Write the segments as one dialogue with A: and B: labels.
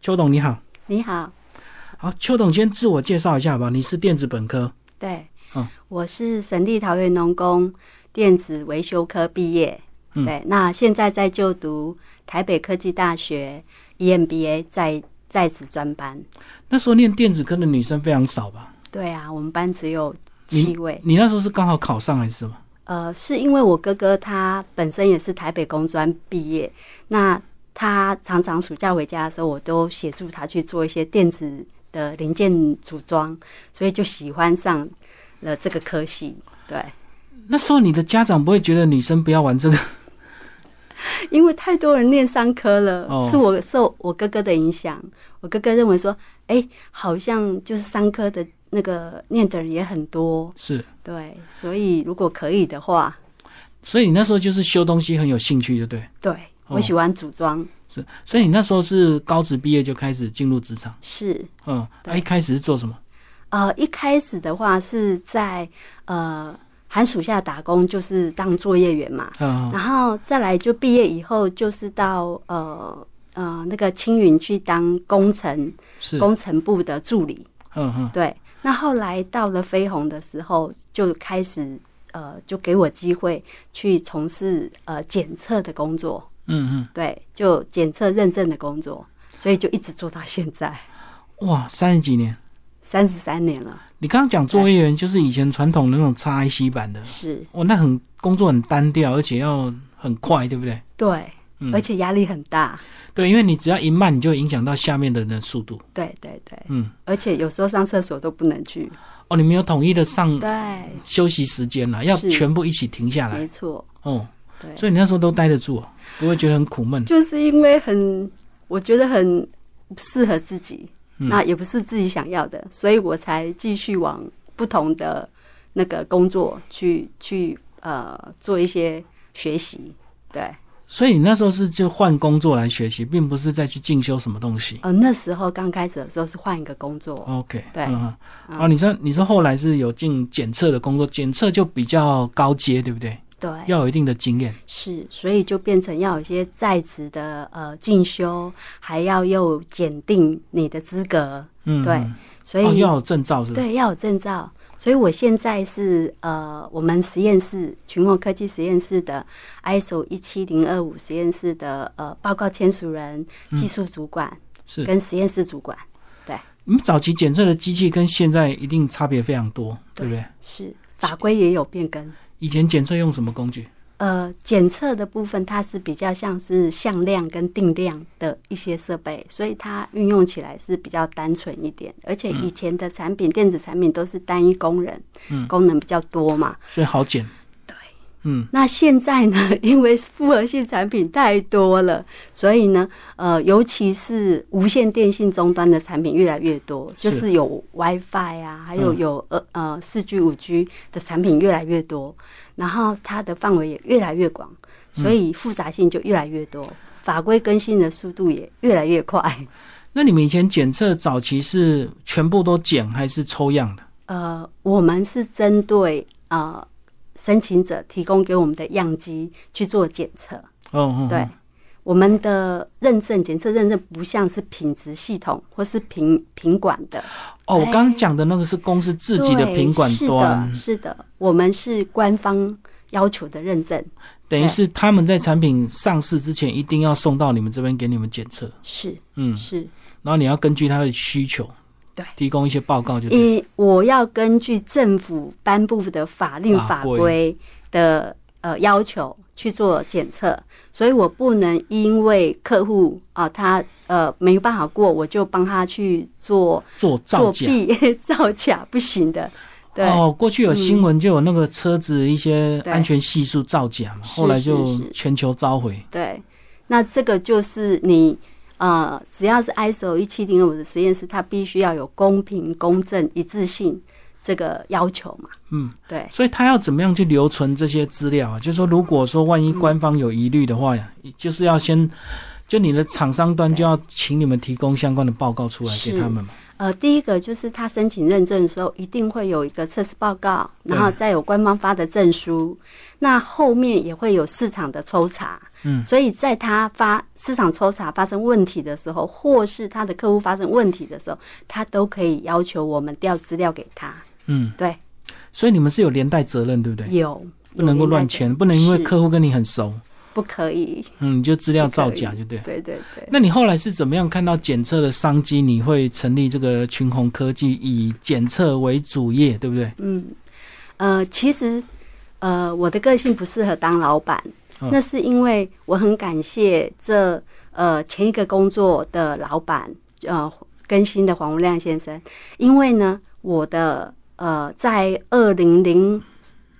A: 邱董你好，
B: 你好，
A: 好，邱董先自我介绍一下吧。你是电子本科，
B: 对，
A: 嗯
B: 我是神地桃园农工电子维修科毕业，
A: 嗯
B: 对，那现在在就读台北科技大学 E EMBA 在在职专班。
A: 那时候念电子科的女生非常少吧？
B: 对啊，我们班只有七位。
A: 你那时候是刚好考上还是什么？
B: 呃，是因为我哥哥他本身也是台北工专毕业，那他常常暑假回家的时候，我都协助他去做一些电子的零件组装，所以就喜欢上了这个科系。对，
A: 那时候你的家长不会觉得女生不要玩这个？
B: 因为太多人念商科了，
A: 哦
B: 是我受我哥哥的影响。我哥哥认为说，哎、好像就是商科的那个念的人也很多，
A: 是，
B: 对，所以如果可以的话，
A: 所以你那时候就是修东西很有兴趣，对不对？
B: 对
A: 哦
B: 我喜欢组装，
A: 是，所以你那时候是高职毕业就开始进入职场，
B: 是
A: 嗯，
B: 对
A: 那、一开始是做什么？
B: 呃，一开始的话是在呃寒暑假打工，就是当作业员嘛，
A: 嗯，
B: 然后再来就毕业以后就是到呃呃那个青云去当工程
A: 是，嗯
B: 工程部的助理，
A: 嗯，
B: 对，那后来到了飞鸿的时候，就开始呃，就给我机会去从事呃检测的工作，
A: 嗯
B: 对，就检测认证的工作，所以就一直做到现在
A: 嗯，哇，三十几年。
B: 三十三年了。
A: 你刚刚讲作业员就是以前传统的那种插 IC 版的，
B: 是
A: 哦，那很工作很单调，而且要很快，对不对？
B: 对，
A: 嗯
B: 而且压力很大，
A: 对，因为你只要一慢，你就会影响到下面的人的速度。
B: 对对对，
A: 嗯，
B: 而且有时候上厕所都不能去，
A: 哦，你没有统一的上
B: 对，
A: 休息时间了，要
B: 是
A: 全部一起停下嗯来
B: 没错，
A: 哦。
B: 对，
A: 所以你那时候都待得住、哦，不会觉得很苦闷。
B: 就是因为很，我觉得很适合自己，
A: 嗯
B: 那也不是自己想要的，所以我才继续往不同的那个工作去去呃做一些学习。对，
A: 所以你那时候是就换工作来学习，并不是再去进修什么东西。
B: 呃，那时候刚开始的时候是换一个工作，
A: OK，
B: 对
A: 嗯，嗯
B: 嗯
A: 哦，你说你说后来是有进检测的工作，检测就比较高阶，对不对？
B: 对，
A: 要有一定的经验。
B: 是，所以就变成要有一些在职的呃进修，还要又检定你的资格，
A: 嗯，
B: 对
A: 嗯
B: 所以、
A: 哦，要有证照是吧？
B: 对，要有证照。所以我现在是呃，我们实验室群控科技实验室的 ISO 一七零二五实验室的呃报告签署人、技术主管
A: 是。
B: 跟实验室主管。
A: 你们早期检测的机器跟现在一定差别非常多，对不对？
B: 是法规也有变更。
A: 以前检测用什么工具？
B: 呃，检测的部分它是比较像是向量跟定量的一些设备，所以它运用起来是比较单纯一点。而且以前的产品，电子产品都是单一工人，
A: 嗯
B: 功能比较多嘛。
A: 所以好检。
B: 对，
A: 嗯，
B: 那现在呢， 因为复合性产品太多了，所以呢，呃，尤其是无线电信终端的产品越来越多，
A: 是
B: 就是有 WiFi 啊，还有
A: 嗯
B: 有呃呃四 G、五 G 的产品越来越多，然后它的范围也越来越广，
A: 嗯
B: 所以复杂性就越来越多，法规更新的速度也越来越快。
A: 那你们以前检测早期是全部都检还是抽样的？
B: 呃，我们是针对呃申请者提供给我们的样机去做检测。
A: 哦哦，哦
B: 对，我们的认证检测认证不像是品质系统或是品品管的，
A: 哦，我刚刚讲的那个是公司自己的
B: 对
A: 品管端，
B: 是的，是的，我们是官方要求的认证，
A: 等于是他们在产品上市之前一定要送到你们这边给你们检测，
B: 是
A: 嗯，
B: 是。
A: 然后你要根据他的需求，
B: 对嗯
A: 提供一些报告就对。
B: 因我要根据政府颁布的法令
A: 法
B: 法
A: 规
B: 规的呃要求去做检测，所以我不能因为客户啊、他呃没办法过，我就帮他去做
A: 做造
B: 作
A: 假。
B: 弊 造假，不行的。对，嗯
A: 哦，过去有新闻就有那个车子一些
B: 对
A: 安全系数造假嘛，
B: 是
A: 后来就是
B: 是
A: 全球召回。
B: 对，那这个就是你呃，只要是 ISO 一七零五的实验室，它必须要有公平、公正、一致性这个要求嘛。
A: 嗯，
B: 对，
A: 所以他要怎么样去留存这些资料啊？就是说，如果说万一官方有疑虑的话呀，就是要先，就你的厂商端就要请你们提供相关的报告出来给他们嘛。
B: 呃，第一个就是他申请认证的时候，一定会有一个测试报告，然后
A: 对
B: 再有官方发的证书，那后面也会有市场的抽查。
A: 嗯
B: 所以在他发市场抽查发生问题的时候，或是他的客户发生问题的时候，他都可以要求我们调资料给他。
A: 嗯，
B: 对，
A: 所以你们是有连带责任，对不对？
B: 有
A: 不能够乱签，不能因为客户跟你很熟，
B: 不可以，
A: 嗯，你就资料
B: 不可
A: 造
B: 以
A: 假就对了。
B: 对对对。
A: 那你后来是怎么样看到检测的商机？你会成立这个群鸿科技，以检测为主业，对不对？
B: 嗯，呃，其实呃，我的个性不适合当老板，
A: 嗯
B: 那是因为我很感谢这呃前一个工作的老板呃更新的黄文亮先生，因为呢，我的呃在二零零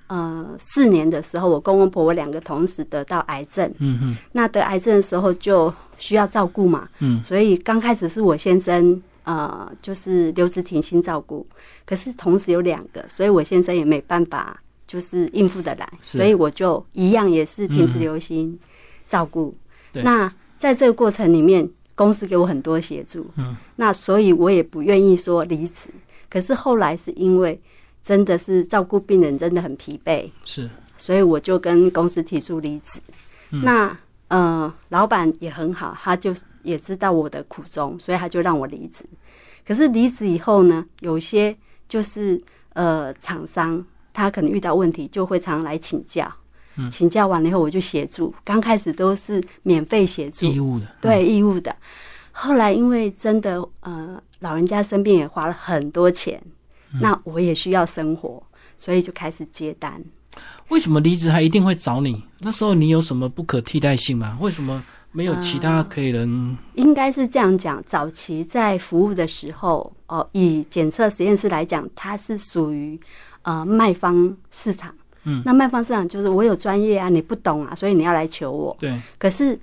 B: 呃四年的时候，我公公婆婆两个同时得到癌症，
A: 嗯嗯
B: 那得癌症的时候就需要照顾嘛，
A: 嗯
B: 所以刚开始是我先生，呃，就是留职停薪照顾，可是同时有两个，所以我先生也没办法，就是应付得来，
A: 是嗯
B: 所以我就一样也是停止留薪照顾。
A: 对
B: 那在这个过程里面，公司给我很多协助，
A: 嗯
B: 那所以我也不愿意说离职。可是后来是因为真的是照顾病人真的很疲惫，
A: 是
B: 所以我就跟公司提出离职。
A: 嗯
B: 那呃，老板也很好，他就也知道我的苦衷，所以他就让我离职。可是离职以后呢，有些就是呃，厂商他可能遇到问题，就会常常来请教。
A: 嗯
B: 请教完了以后，我就协助。刚开始都是免费协助，
A: 义务的，
B: 对义务的。后来因为真的呃，老人家生病也花了很多钱，
A: 嗯
B: 那我也需要生活，所以就开始接单。
A: 嗯。为什么离职还一定会找你？那时候你有什么不可替代性吗？为什么没有其他可以人？
B: 应该是这样讲，早期在服务的时候，哦、以检测实验室来讲，它是属于呃卖方市场。
A: 嗯，
B: 那卖方市场就是我有专业啊，你不懂啊，所以你要来求我。
A: 对，
B: 可是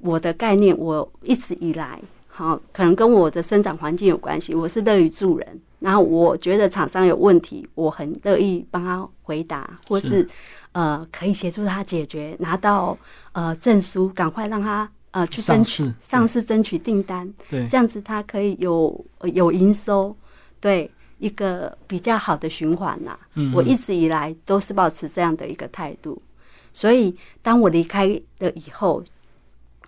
B: 我的概念，我一直以来，好、可能跟我的生长环境有关系，我是乐于助人。然后我觉得厂商有问题，我很乐意帮他回答，或是
A: 是
B: 呃可以协助他解决，拿到呃证书，赶快让他呃去
A: 上
B: 争
A: 市，
B: 取
A: 嗯
B: 上市争取订单，
A: 对，
B: 这样子他可以有呃有营收，对一个比较好的循环呐、
A: 嗯
B: 我一直以来都是保持这样的一个态度，所以当我离开了以后，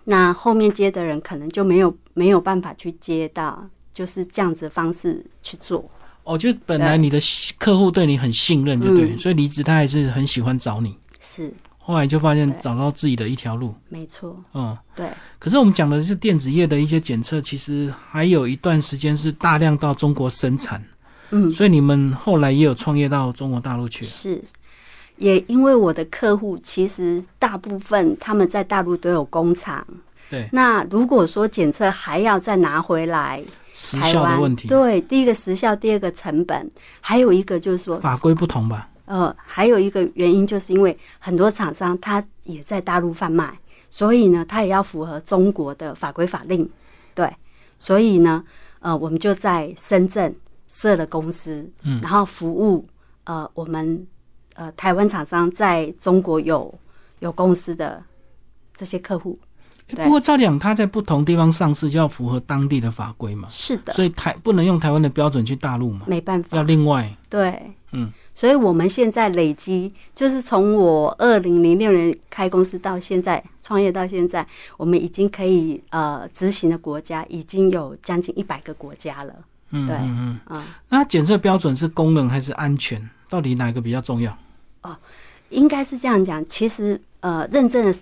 B: 那后面接的人可能就没有没有办法去接到，就是这样子方式去做。
A: 哦，就本来你的客户对你很信任，就对，
B: 嗯
A: 所以离职他还是很喜欢找你。
B: 是
A: 后来就发现
B: 对
A: 找到自己的一条路，
B: 没错，
A: 嗯。
B: 对，
A: 可是我们讲的是电子业的一些检测，其实还有一段时间是大量到中国生产，
B: 嗯，
A: 所以你们后来也有创业到中国大陆去。
B: 是。也因为我的客户其实大部分他们在大陆都有工厂，
A: 对，
B: 那如果说检测还要再拿回来，
A: 时
B: 台
A: 效
B: 湾
A: 的问题，
B: 对，第一个时效，第二个成本，还有一个就是说，
A: 法规不同吧？
B: 呃，还有一个原因就是因为很多厂商他也在大陆贩卖，所以呢，他也要符合中国的法规法令，对，所以呢，呃，我们就在深圳设了公司，
A: 嗯
B: 然后服务呃我们呃台湾厂商在中国有有公司的这些客户，
A: 诶
B: 对
A: 不过照讲，它在不同地方上市就要符合当地的法规嘛，
B: 是的，
A: 所以台不能用台湾的标准去大陆嘛，
B: 没办法，
A: 要另外
B: 对，
A: 嗯，
B: 所以我们现在累积，就是从我二零零六年开公司到现在创业到现在，我们已经可以呃执行的国家已经有将近一百个国家了。
A: 嗯
B: 对
A: 嗯嗯
B: 嗯。
A: 那检测标准是功能还是安全？到底哪个比较重要？
B: 应该是这样讲，其实呃，认证的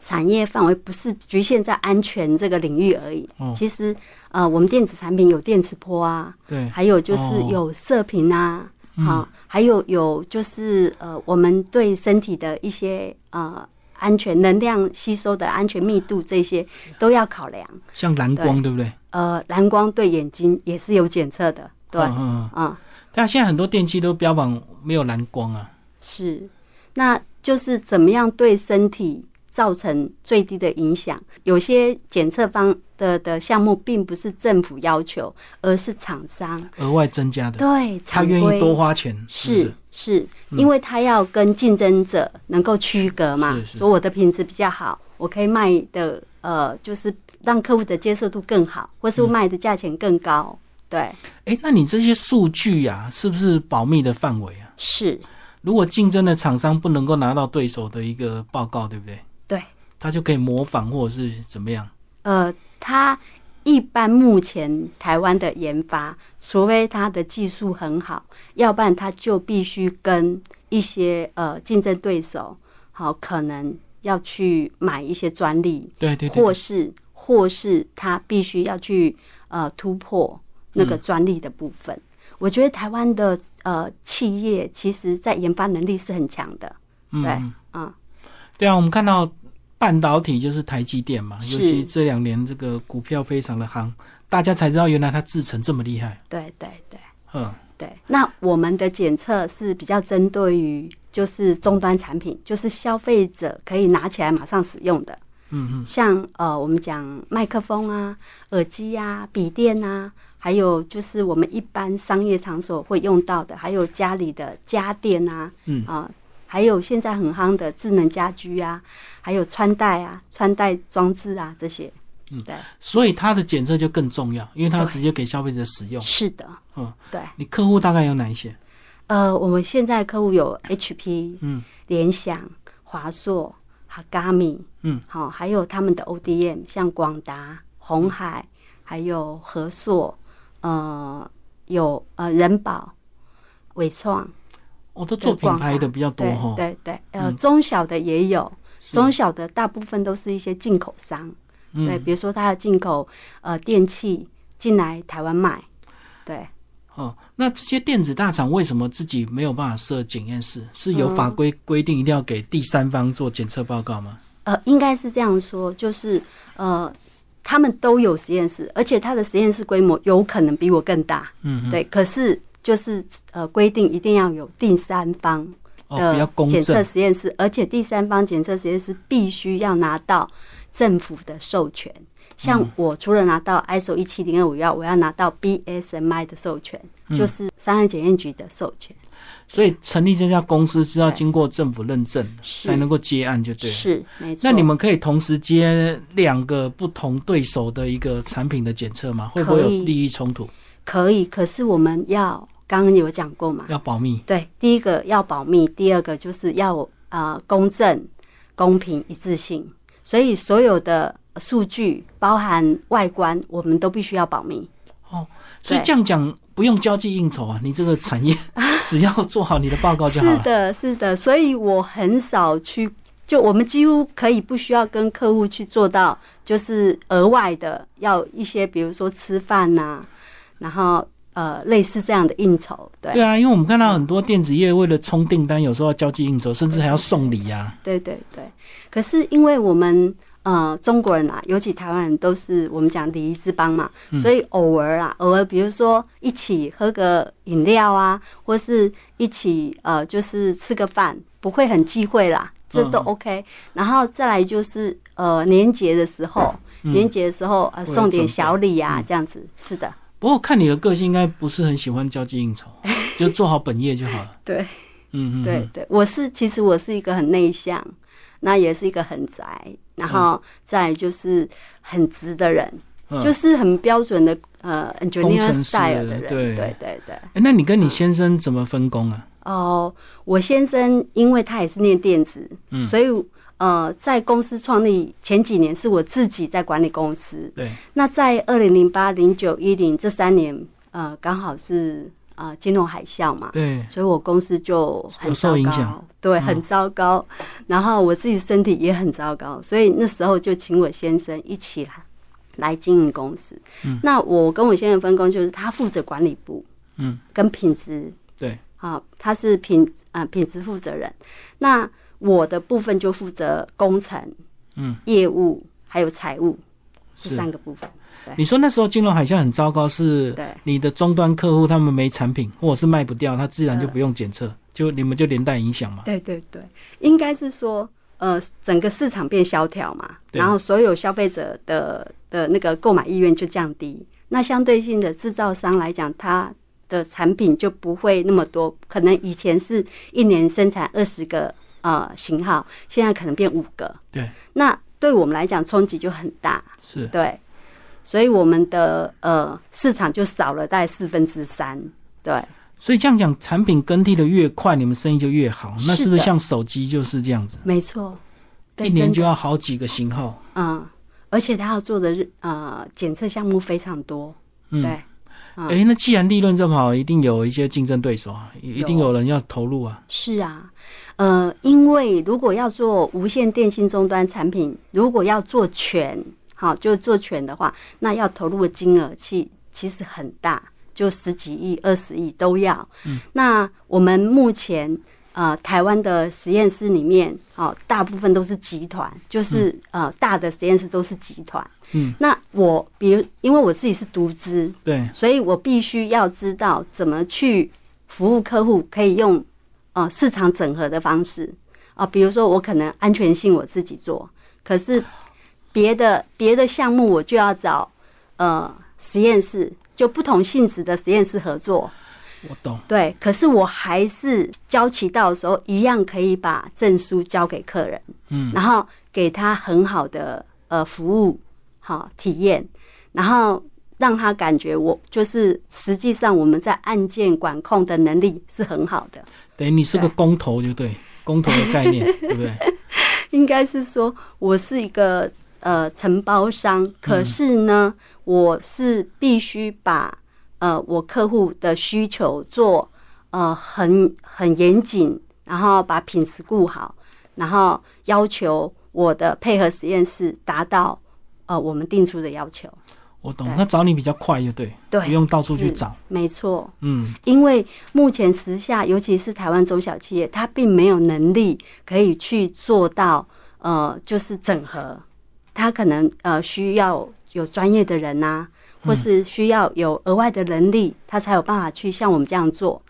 B: 产业范围不是局限在安全这个领域而已。
A: 哦
B: 其实呃，我们电子产品有电磁波啊，
A: 对，
B: 还有就是
A: 哦嗯
B: 有射频啊，好、还有有就是呃，我们对身体的一些呃安全能量吸收的安全密度这些都要考量。
A: 像蓝光对不对？
B: 呃，蓝光对眼睛也是有检测的，对，
A: 嗯
B: 啊、
A: 嗯嗯。但现在很多电器都标榜没有蓝光啊。
B: 是，那就是怎么样对身体造成最低的影响？有些检测方的的项目并不是政府要求，而是厂商
A: 额外增加的，
B: 对
A: 他
B: 常
A: 愿意
B: 规
A: 多花钱，不嗯
B: 是是，因为他要跟竞争者能够区隔嘛
A: 是，是
B: 说我的品质比较好，我可以卖的呃，就是让客户的接受度更好，或是卖的价钱更高。对，
A: 哎、那你这些数据呀、是不是保密的范围啊？
B: 是，
A: 如果竞争的厂商不能够拿到对手的一个报告，对不对？
B: 对，
A: 他就可以模仿或者是怎么样？
B: 呃，它一般目前台湾的研发，除非它的技术很好，要不然它就必须跟一些呃竞争对手，好、可能要去买一些专利，
A: 对对对
B: 或，是或是它必须要去呃突破那
A: 嗯
B: 个专利的部分。我觉得台湾的呃企业其实在研发能力是很强的，
A: 嗯
B: 对
A: 嗯
B: 嗯，
A: 对啊，我们看到半导体就是台积电嘛，
B: 是
A: 尤其这两年这个股票非常的夯，大家才知道原来它制成这么厉害。
B: 对对对。
A: 嗯，
B: 对，那我们的检测是比较针对于就是终端产品，就是消费者可以拿起来马上使用的。
A: 嗯
B: 嗯，像呃，我们讲麦克风啊、耳机啊、笔电啊，还有就是我们一般商业场所会用到的，还有家里的家电啊，
A: 嗯
B: 啊、还有现在很夯的智能家居啊，还有穿戴啊、穿戴装置啊这些。嗯，对，
A: 所以它的检测就更重要，因为它直接给消费者使用。
B: 是的，
A: 嗯，
B: 对。
A: 你客户大概有哪一些？
B: 呃，我们现在客户有 HP，
A: 嗯，
B: 联想、华硕、Hagami，
A: 嗯，
B: 好、还有他们的 ODM，像广达、红海，还有和硕，呃，有呃人保、伟创，
A: 哦，都做
B: 对
A: 品
B: 广
A: 牌
B: 达
A: 的比较多
B: 对
A: 哈。嗯
B: 对对，呃，中小的也有，
A: 是嗯
B: 中小的大部分都是一些进口商，对，比如说它要进口呃电器进来台湾卖，对。
A: 哦，那这些电子大厂为什么自己没有办法设检验室？是
B: 嗯
A: 有法规规定一定要给第三方做检测报告吗？
B: 呃，应该是这样说，就是呃，他们都有实验室，而且他的实验室规模有可能比我更大，
A: 嗯，
B: 对。可是就是呃，规定一定要有第三方
A: 哦，比较
B: 的
A: 公
B: 呃检测
A: 正。
B: 实验室，而且第三方检测实验室必须要拿到政府的授权。像
A: 嗯
B: 我除了拿到 ISO 一七零二五幺，我要拿到 BSMI 的授权，
A: 嗯
B: 就是商业检验局的授权。
A: 所以成立这家公司是要
B: 对
A: 经过政府认证
B: 是
A: 才能够接案，就对了。
B: 是，没错。
A: 那你们可以同时接两个不同对手的一个产品的检测吗？会不会有
B: 可以
A: 利益冲突？
B: 可以，可是我们要刚刚有讲过嘛，
A: 要保密。
B: 对，第一个要保密，第二个就是要呃公正、公平、一致性。所以所有的数据，包含外观，我们都必须要保密。
A: 哦所以
B: 对
A: 这样讲不用交际应酬啊，你这个产 业只要做好你的报告就好
B: 是
A: 了。
B: 的，是的。所以我很少去，就我们几乎可以不需要跟客户去做到，就是额外的要一些，比如说吃饭呐、然后呃类似这样的应酬。对，
A: 对啊，因为我们看到很多电子业为了冲订单，有时候要交际应酬，甚至还要送礼啊。
B: 对对对。可是因为我们呃中国人啊，尤其台湾人都是我们讲礼仪之邦嘛，
A: 嗯
B: 所以偶尔啊，偶尔比如说一起喝个饮料啊，或是一起呃就是吃个饭，不会很忌讳啦，这都
A: 嗯
B: OK。然后再来就是呃年节的时候。年节的时候，呃，
A: 嗯会有嗯
B: 送
A: 准
B: 点
A: 备
B: 小礼啊，这样子，是的，
A: 不过看你的个性，应该不是很喜欢交际应酬，啊 就做好本业就好了。
B: 对。
A: 嗯嗯，嗯
B: 对对，我是其实我是一个很内向，那也是一个很宅，然后再来就是很直的人，
A: 嗯
B: 就是很标准的呃
A: 工
B: engineer
A: 程师
B: style 的人。
A: 对
B: 对对对。
A: 诶那你跟你先生怎么分工啊？
B: 哦，我先生因为他也是念电子，
A: 嗯
B: 所以呃，在公司创立前几年是我自己在管理公司，
A: 对，
B: 那在二零零八、零九、一零这三年，呃，刚好是呃金融海啸嘛，
A: 对，
B: 所以我公司就很
A: 有受
B: 糟
A: 影
B: 糕
A: 响，嗯
B: 对，很糟糕。然后我自己身体也很糟糕，所以那时候就请我先生一起来来经营公司。那我跟我先生分工就是他负责管理部，
A: 嗯，
B: 跟品质
A: 对，
B: 啊，他是品啊、品质负责人。那我的部分就负责工程、
A: 嗯，
B: 业务还有财务这
A: 是
B: 三个部分。
A: 你说那时候金融海啸很糟糕，是
B: 对
A: 你的终端客户他们没产品，或者是卖不掉，他自然
B: 嗯
A: 就不用检测，就你们就连带影响嘛。
B: 对对对，应该是说，呃，整个市场变萧条嘛，
A: 对
B: 然后所有消费者的的那个购买意愿就降低。那相对性的制造商来讲，它的产品就不会那么多，可能以前是一年生产二十个呃型号，现在可能变五个。
A: 对，
B: 那对我们来讲冲击就很大，
A: 是
B: 对，所以我们的呃市场就少了大概四分之三，对。
A: 所以这样讲，产品更替的越快，你们生意就越好。那
B: 是
A: 是不是
B: 的
A: 像手机就是这样子？
B: 没错，对
A: 一年
B: 真
A: 就
B: 的
A: 要好几个型号。
B: 嗯，而且他要做的日呃检测项目非常多，
A: 嗯，
B: 对，嗯
A: 哎，那既然利润这么好，一定有一些竞争对手啊，一一定
B: 有
A: 有人要投入啊。
B: 是啊，呃，因为如果要做无线电信终端产品，如果要做全，好，就做全的话，那要投入的金额其其实很大，就十几亿、二十亿都要。嗯，那我们目前。呃，台湾的实验室里面，哦，大部分都是集团，就是、呃，大的实验室都是集团。
A: 嗯，
B: 那我比如，因为我自己是独资，
A: 对，
B: 所以我必须要知道怎么去服务客户，可以用呃市场整合的方式啊、比如说我可能安全性我自己做，可是别的别的项目我就要找呃实验室，就不同性质的实验室合作。
A: 我懂。
B: 对，可是我还是交期到的时候，一样可以把证书交给客人，
A: 嗯，
B: 然后给他很好的呃服务，好体验，然后让他感觉我就是实际上我们在案件管控的能力是很好的，
A: 等于你是个
B: 对
A: 公投，就对，公投的概念， 对不对？
B: 应该是说我是一个呃承包商，
A: 嗯
B: 可是呢，我是必须把呃我客户的需求做呃很很严谨，然后把品质顾好，然后要求我的配合实验室达到呃我们定出的要求。
A: 我懂
B: 对。
A: 那找你比较快，就对，
B: 对，
A: 不用到处去
B: 是，
A: 找。
B: 没错。
A: 嗯，
B: 因为目前时下，尤其是台湾中小企业，它并没有能力可以去做到呃，就是整合，它可能呃需要有专业的人呐、
A: 嗯
B: 或是需要有额外的能力，它才有办法去像我们这样做。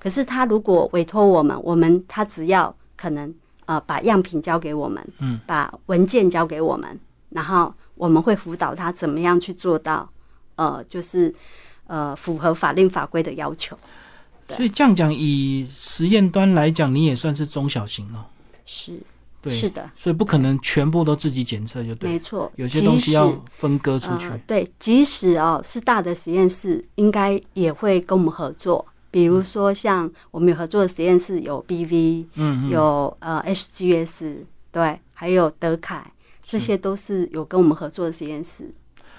B: 可是他如果委托我们，我们他只要可能呃把样品交给我们，
A: 嗯，
B: 把文件交给我们，然后我们会辅导他怎么样去做到，呃，就是呃符合法令法规的要求。对
A: 所以这样讲，以实验端来讲，你也算是中小型哦。
B: 是
A: 对，
B: 是的，
A: 所以不可能全部都自己检测，就对。
B: 没错。
A: 有些东西要
B: 即
A: 分割
B: 使
A: 出去。
B: 呃，对，即使哦是大的实验室，应该也会跟我们合作。比如说像我们有合作的实验室有 BV，
A: 嗯嗯，
B: 有呃 HGS，对，还有德凯，这些都是有跟我们合作的实验室。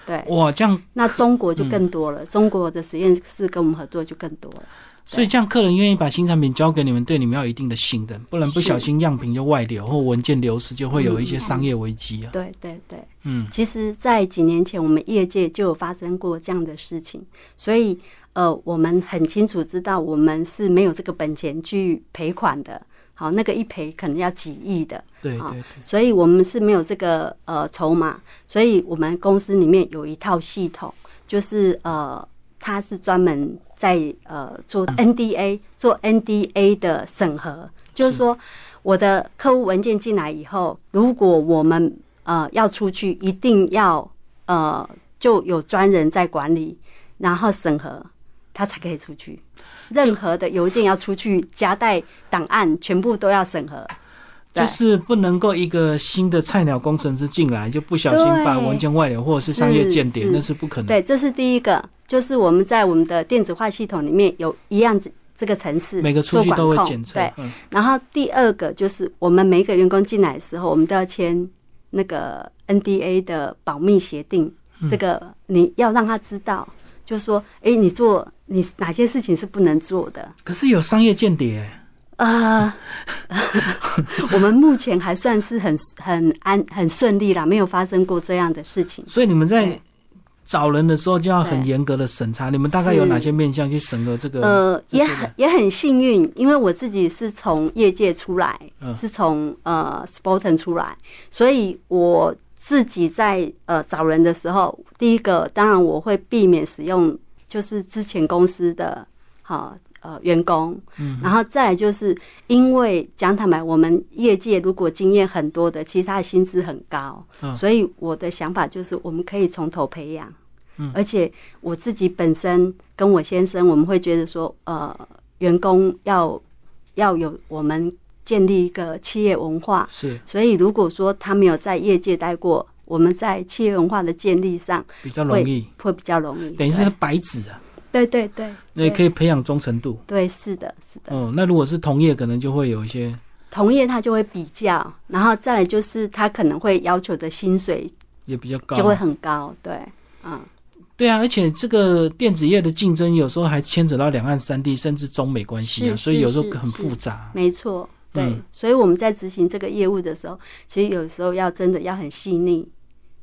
B: 对，
A: 哇，这样，
B: 那中国就
A: 嗯
B: 更多了，中国的实验室跟我们合作就更多了。
A: 所以这样客人愿意把新产品交给你们，对你们要有一定的信任，不然不小心样品就外流或文件流失，就会有一些商业危机啊。
B: 对对对，
A: 嗯，
B: 其实，在几年前，我们业界就有发生过这样的事情，所以呃，我们很清楚知道，我们是没有这个本钱去赔款的。好，那个一赔可能要几亿的，
A: 对
B: 好
A: 对对，
B: 所以我们是没有这个呃筹码，所以我们公司里面有一套系统，就是呃，它是专门在呃做 NDA 做 NDA 的审核，就是说我的客户文件进来以后，如果我们呃要出去，一定要呃就有专人在管理，然后审核。他才可以出去，任何的邮件要出去，夹带档案全部都要审核。对
A: 就是不能够一个新的菜鸟工程师进来就不小心
B: 对
A: 把文件外流或者是商业间谍，
B: 是是
A: 那是不可能。
B: 对，这是第一个，就是我们在我们的电子化系统里面有一样这这个层次，
A: 每个出去都会检测
B: 做管控。，
A: 嗯，
B: 对，然后第二个就是我们每一个员工进来的时候，我们都要签那个 NDA 的保密协定，
A: 嗯
B: 这个你要让他知道，就是说，哎，你做你哪些事情是不能做的。
A: 可是有商业间谍、
B: 呃， 我们目前还算是很很安很顺利啦，没有发生过这样的事情。
A: 所以你们在
B: 对
A: 找人的时候就要很
B: 对
A: 严格的审查，你们大概有哪些面向去审核这个？
B: 呃，
A: 这
B: 也
A: 些
B: 很也很幸运，因为我自己是从业界出来，
A: 嗯
B: 是从呃 Sporton 出来，所以我自己在呃找人的时候，第一个当然我会避免使用就是之前公司的好呃员工，
A: 嗯
B: 然后再来就是因为讲坦白，我们业界如果经验很多的，其实他的薪资很高，
A: 嗯
B: 所以我的想法就是我们可以从头培养。
A: 嗯
B: 而且我自己本身跟我先生，我们会觉得说，呃，员工要要有我们建立一个企业文化，
A: 是
B: 所以如果说他没有在业界待过，我们在企业文化的建立上
A: 比较容易，
B: 会比较容易。
A: 等于是白纸啊，
B: 对对对
A: 那也可以培养忠诚度。
B: 对，是的，是的，
A: 哦、那如果是同业，可能就会有一些
B: 同业他就会比较，然后再来就是他可能会要求的薪水
A: 也比较高，
B: 就会很高，对，嗯，
A: 对啊，而且这个电子业的竞争有时候还牵扯到两岸三地甚至中美关系啊，
B: 是
A: 所以有时候
B: 是是
A: 很复杂。
B: 没错，对，
A: 嗯
B: 所以我们在执行这个业务的时候，其实有时候要真的要很细腻，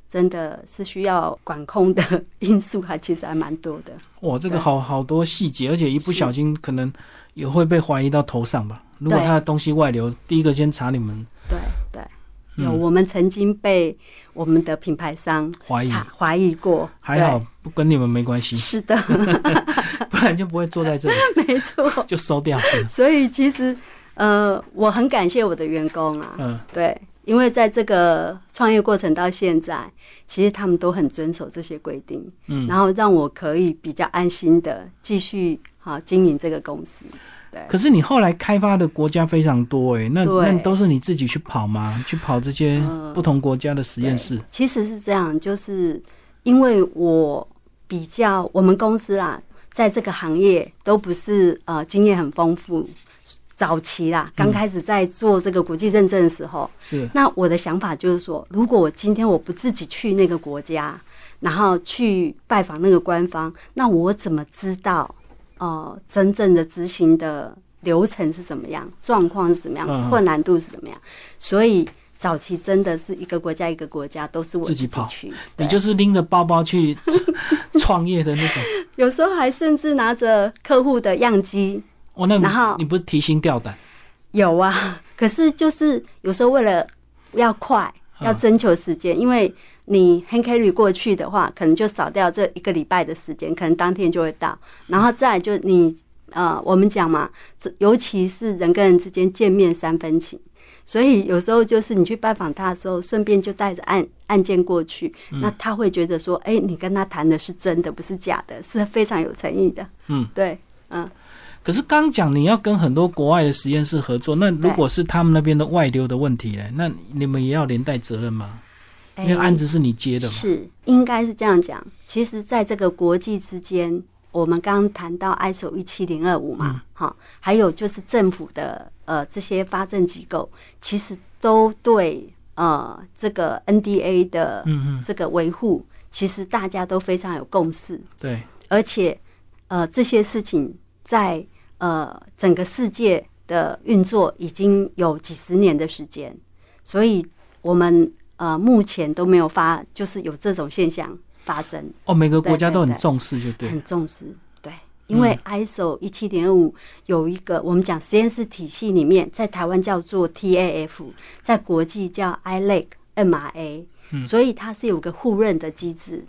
B: 真的是需要管控的因素还其实还蛮多的，
A: 哇，这个
B: 对
A: 好好多细节，而且一不小心可能也会被怀疑到头上吧。如果
B: 对
A: 他的东西外流，第一个先查你们
B: 对对。有，
A: 嗯
B: 我们曾经被我们的品牌商
A: 怀疑，
B: 查怀疑过，
A: 还好不跟你们没关系
B: 对，，是的，
A: 不然就不会坐在这里
B: 没错。
A: 就收掉了。
B: 所以其实，呃，我很感谢我的员工啊，
A: 嗯，
B: 对，因为在这个创业过程到现在，其实他们都很遵守这些规定，
A: 嗯
B: 然后让我可以比较安心的继续好、经营这个公司。
A: 可是你后来开发的国家非常多诶、欸那
B: 对嗯
A: 那都是你自己去跑吗？去跑这些不同国家的实验室？
B: 其实是这样，就是因为我比较我们公司啦，在这个行业都不是呃经验很丰富。早期啦，
A: 嗯
B: 刚开始在做这个国际认证的时候，
A: 是，
B: 那我的想法就是说，如果我今天我不自己去那个国家，然后去拜访那个官方，那我怎么知道呃真正的执行的流程是怎么样，状况是怎么
A: 嗯
B: 样，困难度是怎么样？所以早期真的是一个国家一个国家都是我
A: 自
B: 自
A: 己
B: 己
A: 跑
B: 去，
A: 你
B: 对
A: 就是拎着包包去创业的那种。
B: 有时候还甚至拿着客户的样机
A: 哇，哦那你
B: 然后
A: 你不是提心吊胆？
B: 有啊， 可是就是有时候为了要快，
A: 嗯
B: 要征求时间，因为你 hand carry 过去的话，可能就少掉这一个礼拜的时间，可能当天就会到。然后再来就你呃，我们讲嘛，这尤其是人跟人之间见面三分情。所以有时候就是你去拜访他的时候，顺便就带着案案件过去，
A: 嗯
B: 那他会觉得说，哎、你跟他谈的是真的，不是假的，是非常有诚意的。
A: 嗯，
B: 对，嗯，
A: 可是刚讲你要跟很多国外的实验室合作，那如果是他们那边的外流的问题呢？那你们也要连带责任吗？因为
B: 哎
A: 案子是你接的嘛。
B: 是，应该是这样讲。其实，在这个国际之间，我们刚刚谈到 ISO 一七零二五
A: 嗯
B: 嘛，哈、还有就是政府的呃这些发证机构，其实都对呃这个 NDA 的
A: 嗯嗯，
B: 这个维护，其实大家都非常有共识，
A: 对，
B: 而且呃这些事情在呃整个世界的运作已经有几十年的时间，所以我们呃目前都没有发，就是有这种现象发生，
A: 哦，每个国家
B: 对对
A: 都很
B: 对
A: 重视，就对。嗯
B: 很重视。对，因为 ISO 一七点五有一个我们讲实验室体系里面，在台湾叫做 TAF，在国际叫 E ILAC MRA，、所
A: 嗯
B: 以它是有个互认的机制。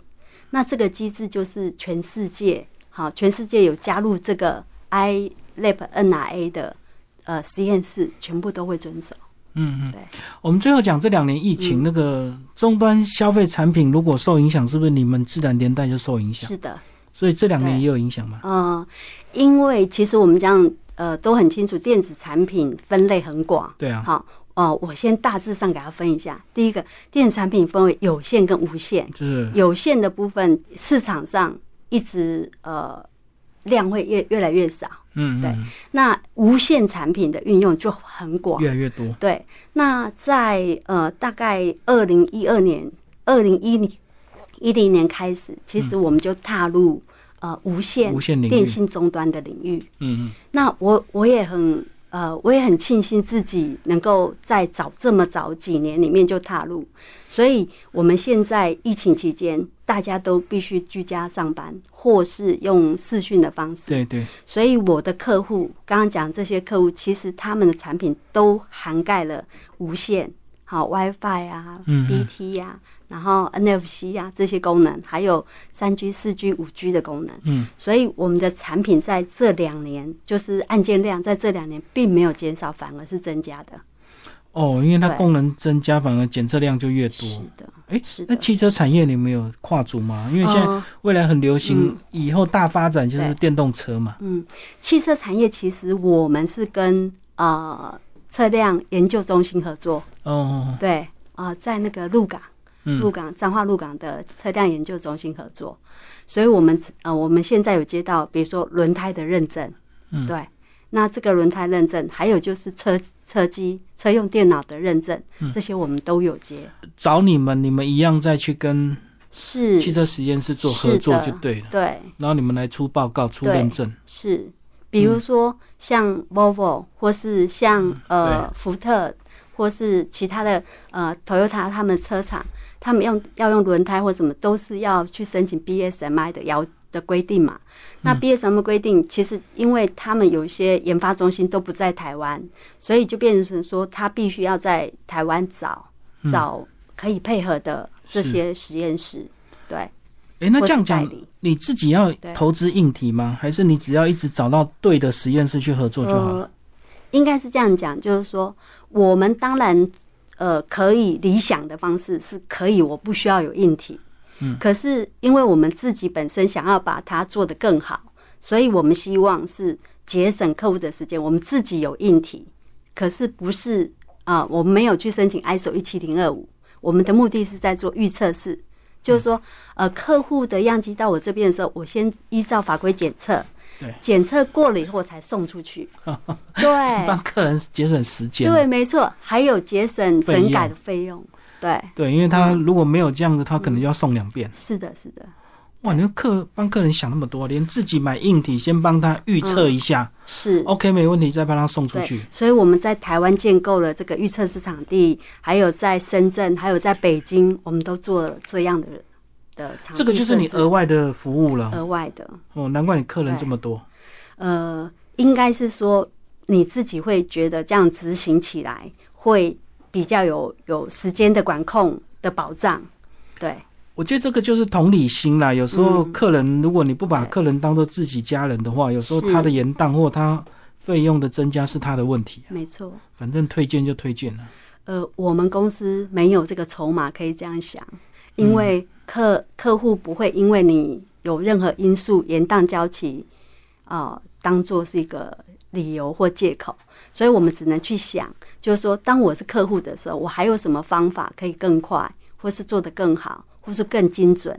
B: 那这个机制就是全世界好，全世界有加入这个 E ILAB NRA 的呃实验室，全部都会遵守。
A: 嗯嗯
B: 对。
A: 我们最后讲这两年疫
B: 嗯
A: 情，那个终端消费产品如果受影响，是不是你们自然连带就受影响？
B: 是的，
A: 所以这两年
B: 对
A: 也有影响吗？
B: 呃，因为其实我们这样呃都很清楚，电子产品分类很广。
A: 对啊，
B: 好，哦，我先大致上给它分一下。第一个，电子产品分为有线跟无线。
A: 就是
B: 有线的部分，市场上一直呃量会越越来越少。
A: 嗯
B: 对
A: 嗯，
B: 那无线产品的运用就很广。
A: 越来越多。
B: 对，那在呃大概二零一二年、二零一零一零年开始，其实我们就踏入、呃无线
A: 嗯无线领域
B: 电信终端的领域。
A: 嗯嗯，
B: 那我我也很呃，我也很庆幸自己能够在早这么早几年里面就踏入，所以我们现在疫情期间，大家都必须居家上班，或是用视讯的方式。
A: 对对，
B: 所以我的客户刚刚讲这些客户，其实他们的产品都涵盖了无线、好 WiFi 啊、
A: 嗯
B: BT 呀、然后 NFC 呀、这些功能，还有三 G、四 G、五 G 的功能。
A: 嗯，
B: 所以我们的产品在这两年，就是案件量在这两年并没有减少，反而是增加的。
A: 哦，因为它
B: 对
A: 功能增加，反而检测量就越
B: 是
A: 多。
B: 的，
A: 诶
B: 是
A: 那
B: 的。
A: 汽车产业你们有跨足吗？因为现在
B: 呃
A: 未来很流行，以后大发展就是
B: 嗯对
A: 电动车嘛。
B: 嗯汽车产业其实我们是跟呃车辆研究中心合作，
A: 哦，
B: 对啊、呃在那个鹿港。鹿
A: 嗯，
B: 港彰化鹿港的车辆研究中心合作，所以我们呃我们现在有接到，比如说轮胎的认证，
A: 嗯
B: 对，那这个轮胎认证，还有就是车车机、车用电脑的认证，
A: 嗯
B: 这些我们都有接。
A: 找你们，你们一样再去跟
B: 是
A: 汽车实验室做合作
B: 是
A: 就
B: 的
A: 对了。
B: 对，
A: 然后你们来出报告、出
B: 对
A: 认证，
B: 是，比如说像 Volvo 或是像呃福特或是其他的呃 Toyota 他们车厂，他们用要用轮胎或什么，都是要去申请 BSMI 的要的规定嘛。那 BSM 规定，其实因为他们有一些研发中心都不在台湾，所以就变成说他必须要在台湾找找可以配合的这
A: 是
B: 些实验室，对，
A: 诶，那
B: 或
A: 这
B: 是
A: 样
B: 代
A: 讲，
B: 理。
A: 你自己要
B: 对
A: 投资硬体吗？还是你只要一直找到对的实验室去合作就好了？
B: 呃、应该是这样讲，就是说，我们当然呃可以理想的方式是可以，我不需要有硬体。
A: 嗯
B: 可是因为我们自己本身想要把它做得更好，所以我们希望是节省客户的时间。我们自己有硬体，可是不是啊、我们没有去申请 ISO 一七零二五，我们的目的是在做预测试，就是说，呃，客户的样机到我这边的时候，我先依照法规检测
A: 对，
B: 检测过了以后才送出 去。对
A: 帮客人节省时间。
B: 呃对，没错，还有节省整改的费用。对，
A: 对，因为他
B: 嗯
A: 如果没有这样子，他可能就要送两遍。
B: 是的，是的，
A: 哇，你说客帮客人想那么多，连自己买硬体先帮他预测一下、
B: 是。
A: o k 没问题，再帮他哦送出
B: 嗯对
A: 去。，
B: 所以我们在台湾建构了这个预测市场地，还有在深圳，还有在北京，我们都做了这样的的场地
A: 这个就是你
B: 设置嗯
A: 额外的服务了。
B: 额外的。
A: 哦，难怪你客人这么多。
B: 呃，应该是说你自己会觉得这样执行起来会比较有有时间的管控的保障，对，
A: 我觉得这个就是同理心啦。有时候
B: 嗯
A: 客人，如果你不把
B: 对
A: 客人当做自己家人的话，有时候
B: 是
A: 他的延宕或他费用的增加是他的问题。
B: 没错。
A: 反正推荐就推荐了。
B: 呃，我们公司没有这个筹码可以这样想，因为客客户不会因为你有任何因素延宕交期，啊、当做是一个理由或借口，所以我们只能去想，就是说，当我是客户的时候，我还有什么方法可以更快，或是做得更好，或是更精准？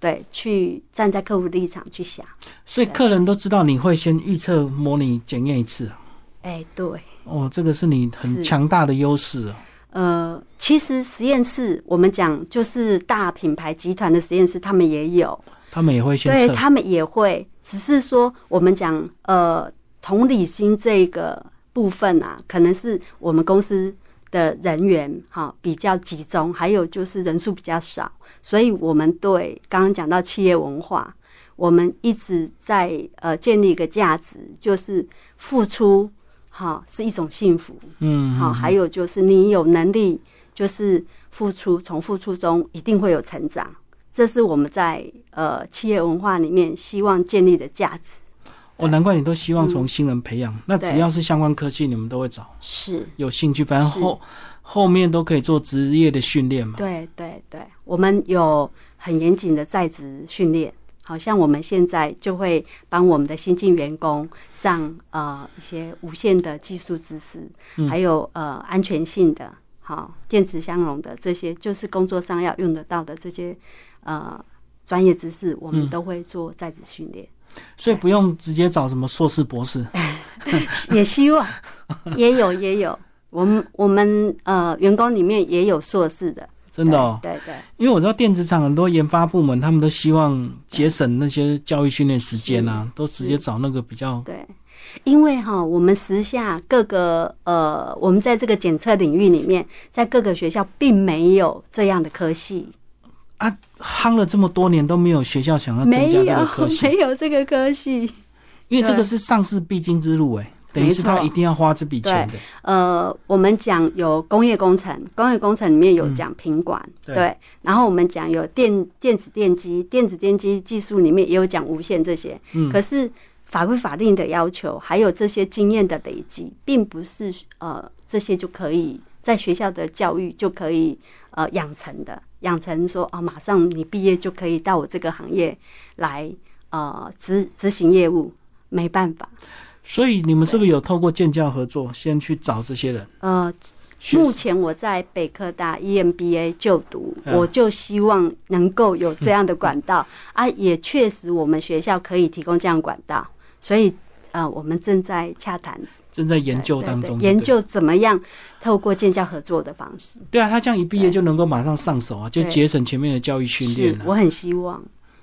B: 对，去站在客户立场去想，
A: 所以客人都知道你会先预测、模拟、检验一次啊。
B: 哎，对。
A: 哦，这个是你很
B: 是
A: 强大的优势啊。
B: 呃，其实实验室我们讲就是大品牌集团的实验室，他们也有，
A: 他们也会先
B: 对
A: 测。
B: 他们也会，只是说我们讲呃同理心这个部分啊，可能是我们公司的人员哈、比较集中，还有就是人数比较少，所以我们对刚刚讲到企业文化，我们一直在呃建立一个价值，就是付出哈、是一种幸福，
A: 嗯，
B: 好、还有就是你有能力，就是付出，从付出中一定会有成长，这是我们在呃企业文化里面希望建立的价值。
A: 哦，难怪你都希望从新人培养。那只
B: 嗯对
A: 要是相关科系，你们都会找
B: 是，
A: 有兴趣，反正
B: 是
A: 后后面都可以做职业的训练嘛。
B: 对对对，我们有很严谨的在职训练。好像我们现在就会帮我们的新进员工上呃一些无限的技术知识，
A: 嗯
B: 还有呃安全性的、好电子相容的这些，就是工作上要用得到的这些呃专业知识，我
A: 嗯
B: 们都会做在职训练。
A: 所以不用直接找什么硕士、博士。
B: 也希望也有也有，我们我们呃员工里面也有硕士的，
A: 真的哦，
B: 对对对，
A: 因为我知道电子厂很多研发部门，他们都希望节省那些教育训练时间啊，都直接找那个比较
B: 对，因为哈，我们时下各个呃，我们在这个检测领域里面，在各个学校并没有这样的科系，
A: 夯了这么多年都没有学校想要增
B: 没
A: 加
B: 有
A: 这个科系，
B: 没有这个科系。
A: 因为这个是上市必经之路哎、等于是他
B: 没错
A: 一定要花这笔钱的。
B: 呃，我们讲有工业工程，工业工程里面有讲品管，
A: 对
B: 然后我们讲有电电子电机，电子电机技术里面也有讲无线这些，
A: 嗯
B: 可是法规法令的要求，还有这些经验的累积，并不是呃这些就可以在学校的教育就可以呃养成的，养成说啊、马上你毕业就可以到我这个行业来呃执执行业务，没办法，
A: 所以你们是不是有透过建教合作，先去找这些人？
B: 呃，
A: 学
B: 目前我在北科大 E EMBA 就读，
A: 嗯
B: 我就希望能够有这样的管道、啊，也确实我们学校可以提供这样的管道，所以呃，我们正在洽谈
A: 正在研究当
B: 对对
A: 中，
B: 对研。究怎么样透过建教合作的方式。
A: 对啊，他这样一毕业就能够马上上手啊，就
B: 对
A: 节省前面的教育训
B: 是
A: 练啊了、
B: 我很希望，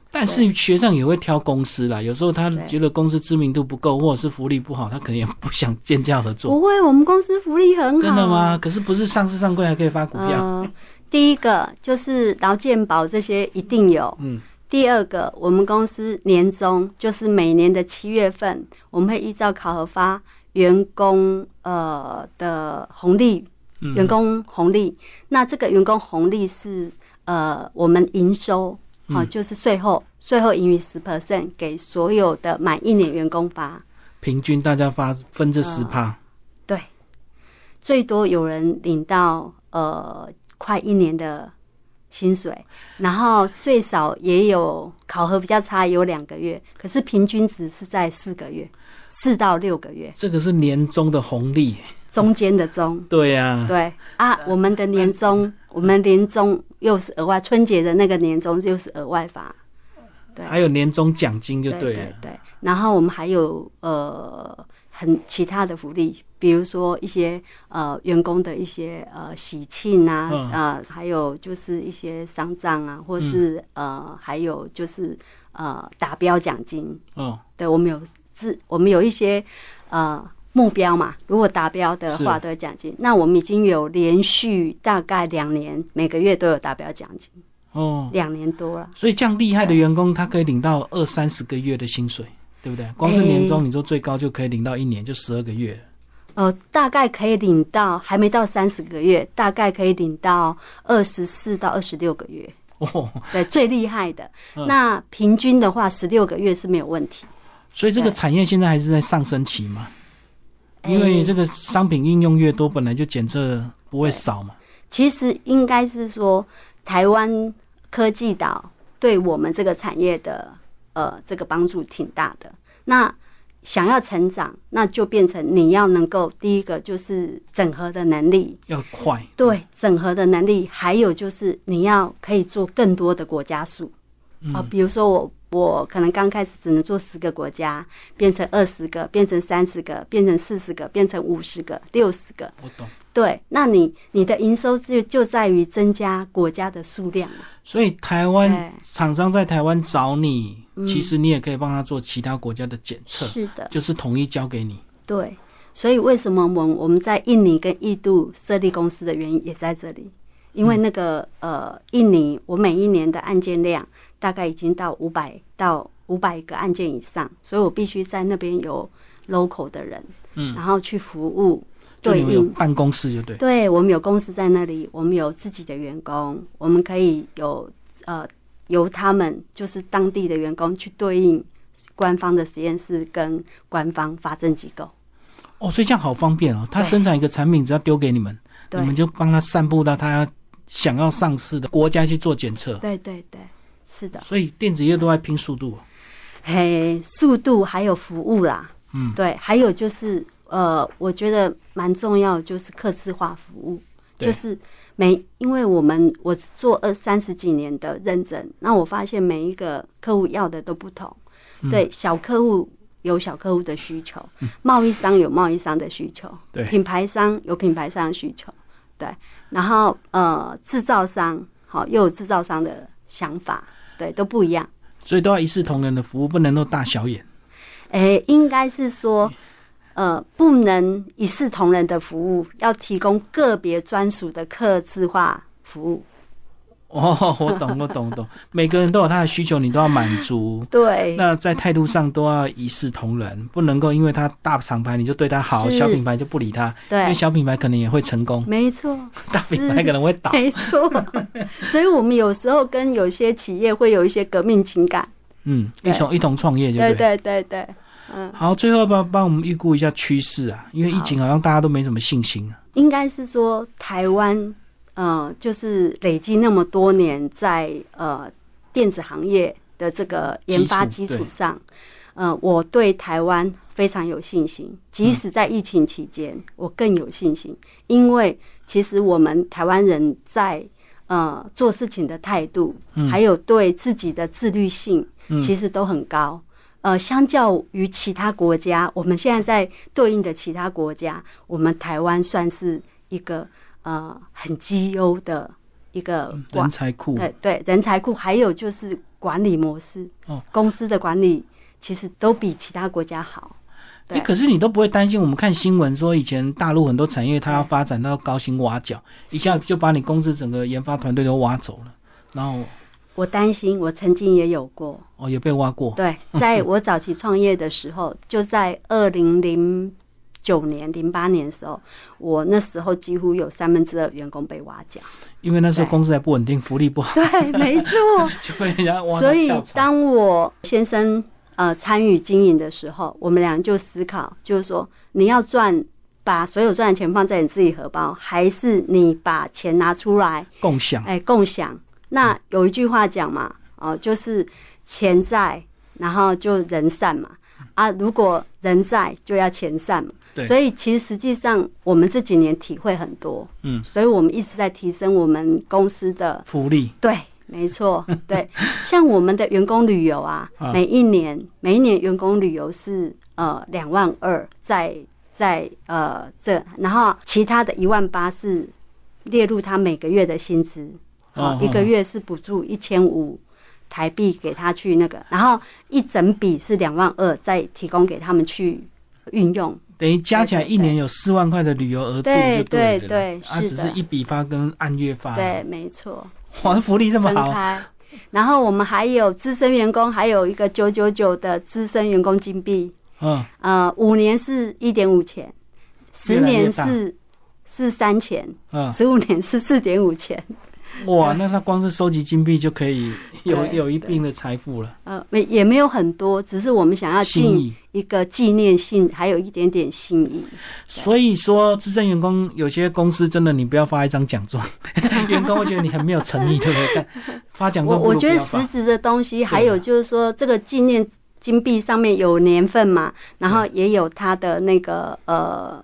A: 但是学生也会挑公司啦，有时候他
B: 对
A: 觉得公司知名度不够，或者是福利不好，他可能也不想建教合作。
B: 不会，我们公司福利哦很好。啊
A: 真的吗？？可是不是上市上柜还可以发股票？
B: 呃， 第一个就是劳健保这些一定有。
A: 嗯，
B: 第二个，我们公司年终就是每年的七月份，我们会依照考核发员工呃的红利，
A: 嗯
B: 员工红利。那这个员工红利是呃我们营收啊、
A: 嗯
B: 就是税后税后盈余十 percent 给所有的满一年员工发，
A: 平均大家发分这
B: 嗯
A: 十趴，
B: 最多有人领到呃快一年的薪水，然后最少也有考核比较差，有两个月，可是平均值是在四个月，四到六个月
A: 这个是年终的红利。
B: 中间的中。
A: 对呀、
B: 对啊，我们的年终，我们年终又是额外，春节的那个年终又是额外发，对
A: 还有年终奖金就
B: 对
A: 对了。
B: 对。然后我们还有呃很其他的福利，比如说一些呃员工的一些呃喜庆啊，
A: 嗯
B: 呃还有就是一些丧葬啊，或是、呃还有就是呃达标奖金。
A: 哦，
B: 对我们有自我们有一些呃。目标嘛，如果达标的话
A: 是
B: 都有奖金。那我们已经有连续大概两年，每个月都有达标奖金，
A: 哦，
B: 两年多了。
A: 所以这样厉害的员工，他可以领到二三十个月的薪水，对不对？光是年终，你说最高就可以领到一年，就十二个月了。
B: 呃，大概可以领到，还没到三十个月，大概可以领到二十四到二十六个月，
A: 哦，
B: 对，最厉害的。那平均的话，十六个月是没有问题。
A: 所以这个
B: 对
A: 产业现在还是在上升期嘛，因为
B: 诶
A: 这个商品应用越多，本来就检测不会少嘛。
B: 其实应该是说，台湾科技岛对我们这个产业的呃这个帮助挺大的。那想要成长，那就变成你要能够第一个就是整合的能力，
A: 要快，
B: 对整合的能力，还有就是你要可以做更多的国家数啊、比如说我我可能刚开始只能做十个国家，变成二十个，变成三十个，变成四十个，变成五十个、六十个，
A: 我懂。
B: 对，那你你的营收就就在于增加国家的数量嘛，
A: 所以台湾
B: 对
A: 厂商在台湾找你，
B: 嗯
A: 其实你也可以帮他做其他国家的检测，
B: 是的，
A: 就是统一交给你。
B: 对。所以为什么我们我们在印尼跟印度设立公司的原因也在这里，因为那个、呃，印尼我每一年的案件量大概已经到五百到五百个案件以上，所以我必须在那边有 local 的人，
A: 嗯，
B: 然后去服务
A: 就
B: 对嗯
A: 你们有
B: 应
A: 办公室就对，
B: 对，我们有公司在那里，我们有自己的员工，我们可以有呃由他们就是当地的员工去对应官方的实验室跟官方法政机构。
A: 哦，所以这样好方便哦。他
B: 对
A: 生产一个产品，只要丢给你们，你
B: 对
A: 们就帮他散布到他想要上市的国家去做检测。
B: 对对对，是的，
A: 所以电子业都在拼速度哦，
B: 嘿，速度还有服务啦，
A: 嗯，
B: 对，还有就是呃，我觉得蛮重要的就是客制化服务。
A: 对
B: 就是每，因为我们我做二三十几年的认证，那我发现每一个客户要的都不同。
A: 嗯
B: 对，小客户有小客户的需求，贸易商有贸易商的需求，
A: 对
B: 品牌商有品牌商的需求，对，然后呃，制造商好、又有制造商的想法，对，都不一样。
A: 所以都要一视同仁的服务，不能够大小眼。
B: 诶，应该是说，
A: 嗯
B: 呃，不能一视同仁的服务，要提供个别专属的客制化服务。
A: 哦，我懂，我懂，我 懂。每个人都有他的需求，你都要满足。
B: 对，
A: 那在态度上都要一视同仁，不能够因为他大厂牌你就对他好，
B: 是
A: 小品牌就不理他，因为
B: 对，
A: 小品牌可能也会成功，
B: 没错，
A: 大品牌可能会倒。
B: 没 错。所以我们有时候跟有些企业会有一些革命情感。
A: 嗯，一同一同创业就
B: 对
A: 对。
B: 对对对，嗯，
A: 好，最后帮帮我们预估一下趋势啊，因为疫情好像大家都没什么信心啊。
B: 应该是说台湾，呃，就是累积那么多年在呃电子行业的这个研发
A: 基
B: 基
A: 础
B: 础上，呃，我对台湾非常有信心。即使在疫情期间，我更有信心，因为其实我们台湾人在呃做事情的态度，还有对自己的自律性，
A: 嗯
B: 其实都很高。呃，相较于其他国家，我们现在在对应的其他国家，我们台湾算是一个呃很绩优的一个管
A: 嗯人才库
B: 对对人才库，还有就是管理模式，
A: 哦
B: 公司的管理其实都比其他国家好。
A: 哎、
B: 对
A: 可是你都不会担心？我们看新闻说，以前大陆很多产业它要发展到高薪挖角，一下就把你公司整个研发团队都挖走了，然后
B: 我担心，我曾经也有过，
A: 哦也被挖过，
B: 对，在我早期创业的时候，就在二零零九年、零八年的时候，我那时候几乎有三分之二员工被挖角。
A: 因为那时候
B: 对
A: 公司还不稳定，福利不好，
B: 对，没错。
A: 就被人家挖到
B: 所以
A: 跳槽
B: 当我先生呃参与经营的时候，我们俩就思考，就是说你要赚。把所有赚的钱放在你自己荷包，还是你把钱拿出来，
A: 共享，
B: 哎，共享？那有一句话讲嘛，哦、就是钱在，然后就人散嘛。啊，如果人在，就要钱散嘛。
A: 对
B: 所以其实实际上我们这几年体会很多，
A: 嗯，
B: 所以我们一直在提升我们公司的
A: 福利
B: 对，没错， 对，像我们的员工旅游啊
A: 啊，
B: 每一年每一年员工旅游是呃两万二，在在呃这，然后其他的一万八是列入他每个月的薪资，啊、
A: 哦
B: 一个月是补助一千五。台币给他去那个，然后一整笔是两万二，再提供给他们去运用。
A: 等于加起来
B: 对对
A: 一年有四万块的旅游额度
B: 对
A: 就对了
B: 对对
A: 啊，
B: 是
A: 只
B: 的
A: 是一笔发跟按月发，
B: 对，没错。
A: 哇，福啊利这么
B: 分
A: 好，
B: 开。然后我们还有资深员工，还有一个九九九的资深员工金币，
A: 嗯，
B: 呃，五年是一点五钱，
A: 越
B: 十
A: 来越
B: 年
A: 大
B: 是是三钱，
A: 嗯，
B: 十五年是四点五钱。
A: 哇，那他光是收集金币就可 以有
B: 对
A: 有一定的财富了，
B: 呃，没也没有很多，只是我们想要
A: 心
B: 尽
A: 意。
B: 一个纪念性，还有一点点心意。
A: 所以说，资深员工有些公司真的，你不要发一张奖 状，员工会觉得你很没有诚意，对不对？但发奖
B: 我
A: 状不
B: 我
A: 如不
B: 觉得
A: 要发
B: 实。质的东西，还
A: 对
B: 有
A: 啊
B: 就是说这个纪念金币上面有年份嘛，然后也有它的那个呃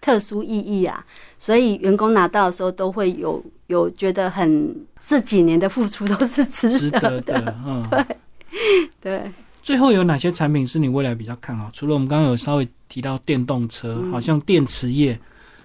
B: 特殊意义啊，所以员工拿到的时候都会有有觉得很这几年的付出都是值
A: 值
B: 得
A: 得
B: 的，
A: 的，嗯。
B: 对
A: 最后有哪些产品是你未来比较看好？除了我们刚刚有稍微提到电动车，
B: 嗯
A: 好像电池业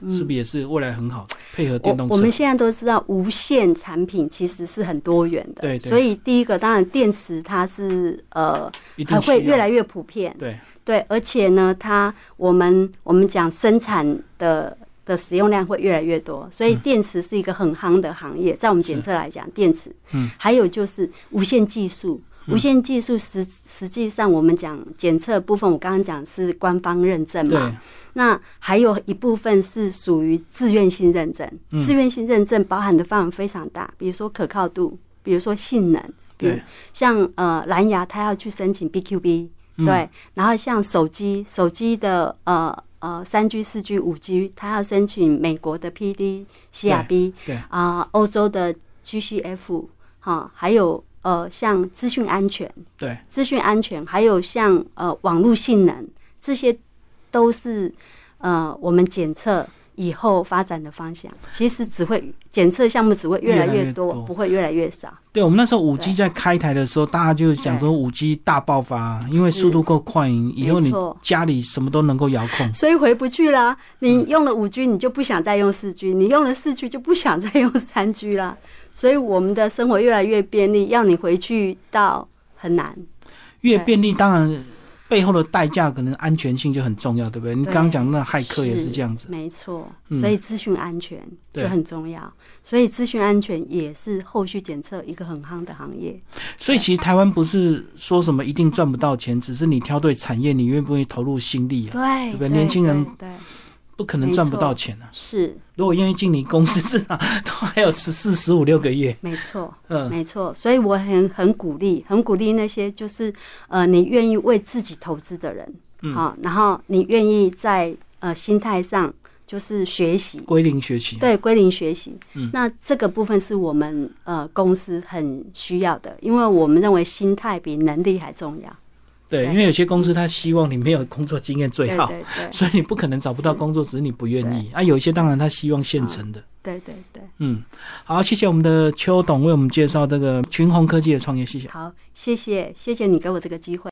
A: 是不是也是未来很好配合电
B: 我
A: 动
B: 我
A: 车
B: 们？现在都知道，无线产品其实是很多元的，
A: 对对
B: 所以第一个当然电池它是呃
A: 一
B: 还
A: 定
B: 会
A: 需
B: 越
A: 要
B: 来越普遍，
A: 对
B: 对，而且呢，它我们我们讲生产的的使用量会越来越多，所
A: 嗯
B: 以电池是一个很夯的行业，在我们检测来讲，电池，
A: 嗯，
B: 还有就是无线技术。无线技术实实际上，我们讲检测部分，我刚刚讲是官方认证嘛，
A: 对，
B: 那还有一部分是属于自愿性认证，
A: 嗯
B: 自愿性认证包含的范围非常大，比如说可靠度，比如说性能，比如
A: 对
B: 像呃蓝牙，它要去申请 BQB，、
A: 嗯
B: 对，然后像手机，手机的呃呃三 G、四 G、五 G，它要申请美国的 PD、CRB，
A: 对
B: 啊、欧洲的 GCF，哈，还有呃像资讯安全。
A: 对，
B: 资讯安全，还有像呃网络性能，这些都是呃我们检测以后发展的方向。其实只会检测项目只会越
A: 越
B: 来
A: 来
B: 越
A: 越
B: 多，
A: 多
B: 不会越来越少。
A: 对我们那时候五 G
B: 对
A: 在开台的时候，大家就想说五 G 大爆发，因为速度够快，以后
B: 没
A: 你
B: 错
A: 家里什么都能够遥控。
B: 所以回不去啦。你用了五 G，你就不想再用四 G；你用了四 G，就不想再用三 G 啦。所以我们的生活越来越便利，要你回去到很难。
A: 越
B: 对
A: 便利，当然背后的代价可能安全性就很重要，对不对？你
B: 对
A: 刚刚讲的那骇客也是这样子，
B: 没错，
A: 嗯
B: 所以资讯安全
A: 对
B: 就很重要，所以资讯安全也是后续检测一个很夯的行业。
A: 所以其实台湾不是说什么一定赚不到钱，只是你挑对产业，你愿不愿意投入心力啊？
B: 对
A: 对吧年轻人
B: 对对
A: 不可能赚不到钱啊！
B: 是
A: 如果愿意进你公司，至少都还有十四、十五六个月。
B: 没错，
A: 嗯，
B: 没错。所以我很很鼓励，很鼓励那些就是呃，你愿意为自己投资的人，
A: 嗯
B: 啊，然后你愿意在呃心态上就是学习，
A: 归零学习，
B: 对归零学习。
A: 嗯
B: 那这个部分是我们呃公司很需要的，因为我们认为心态比能力还重要。
A: 对，
B: 对
A: 因为有些公司他希望你没有工作经验最
B: 对
A: 好，
B: 对对
A: 所以你不可能找不到工作，只是你不愿意。啊，有一些当然他希望现成的。
B: 对对对，
A: 嗯，好，谢谢我们的邱董为我们介绍这个群鸿科技的创业，谢谢。
B: 好，谢谢谢谢你给我这个机会。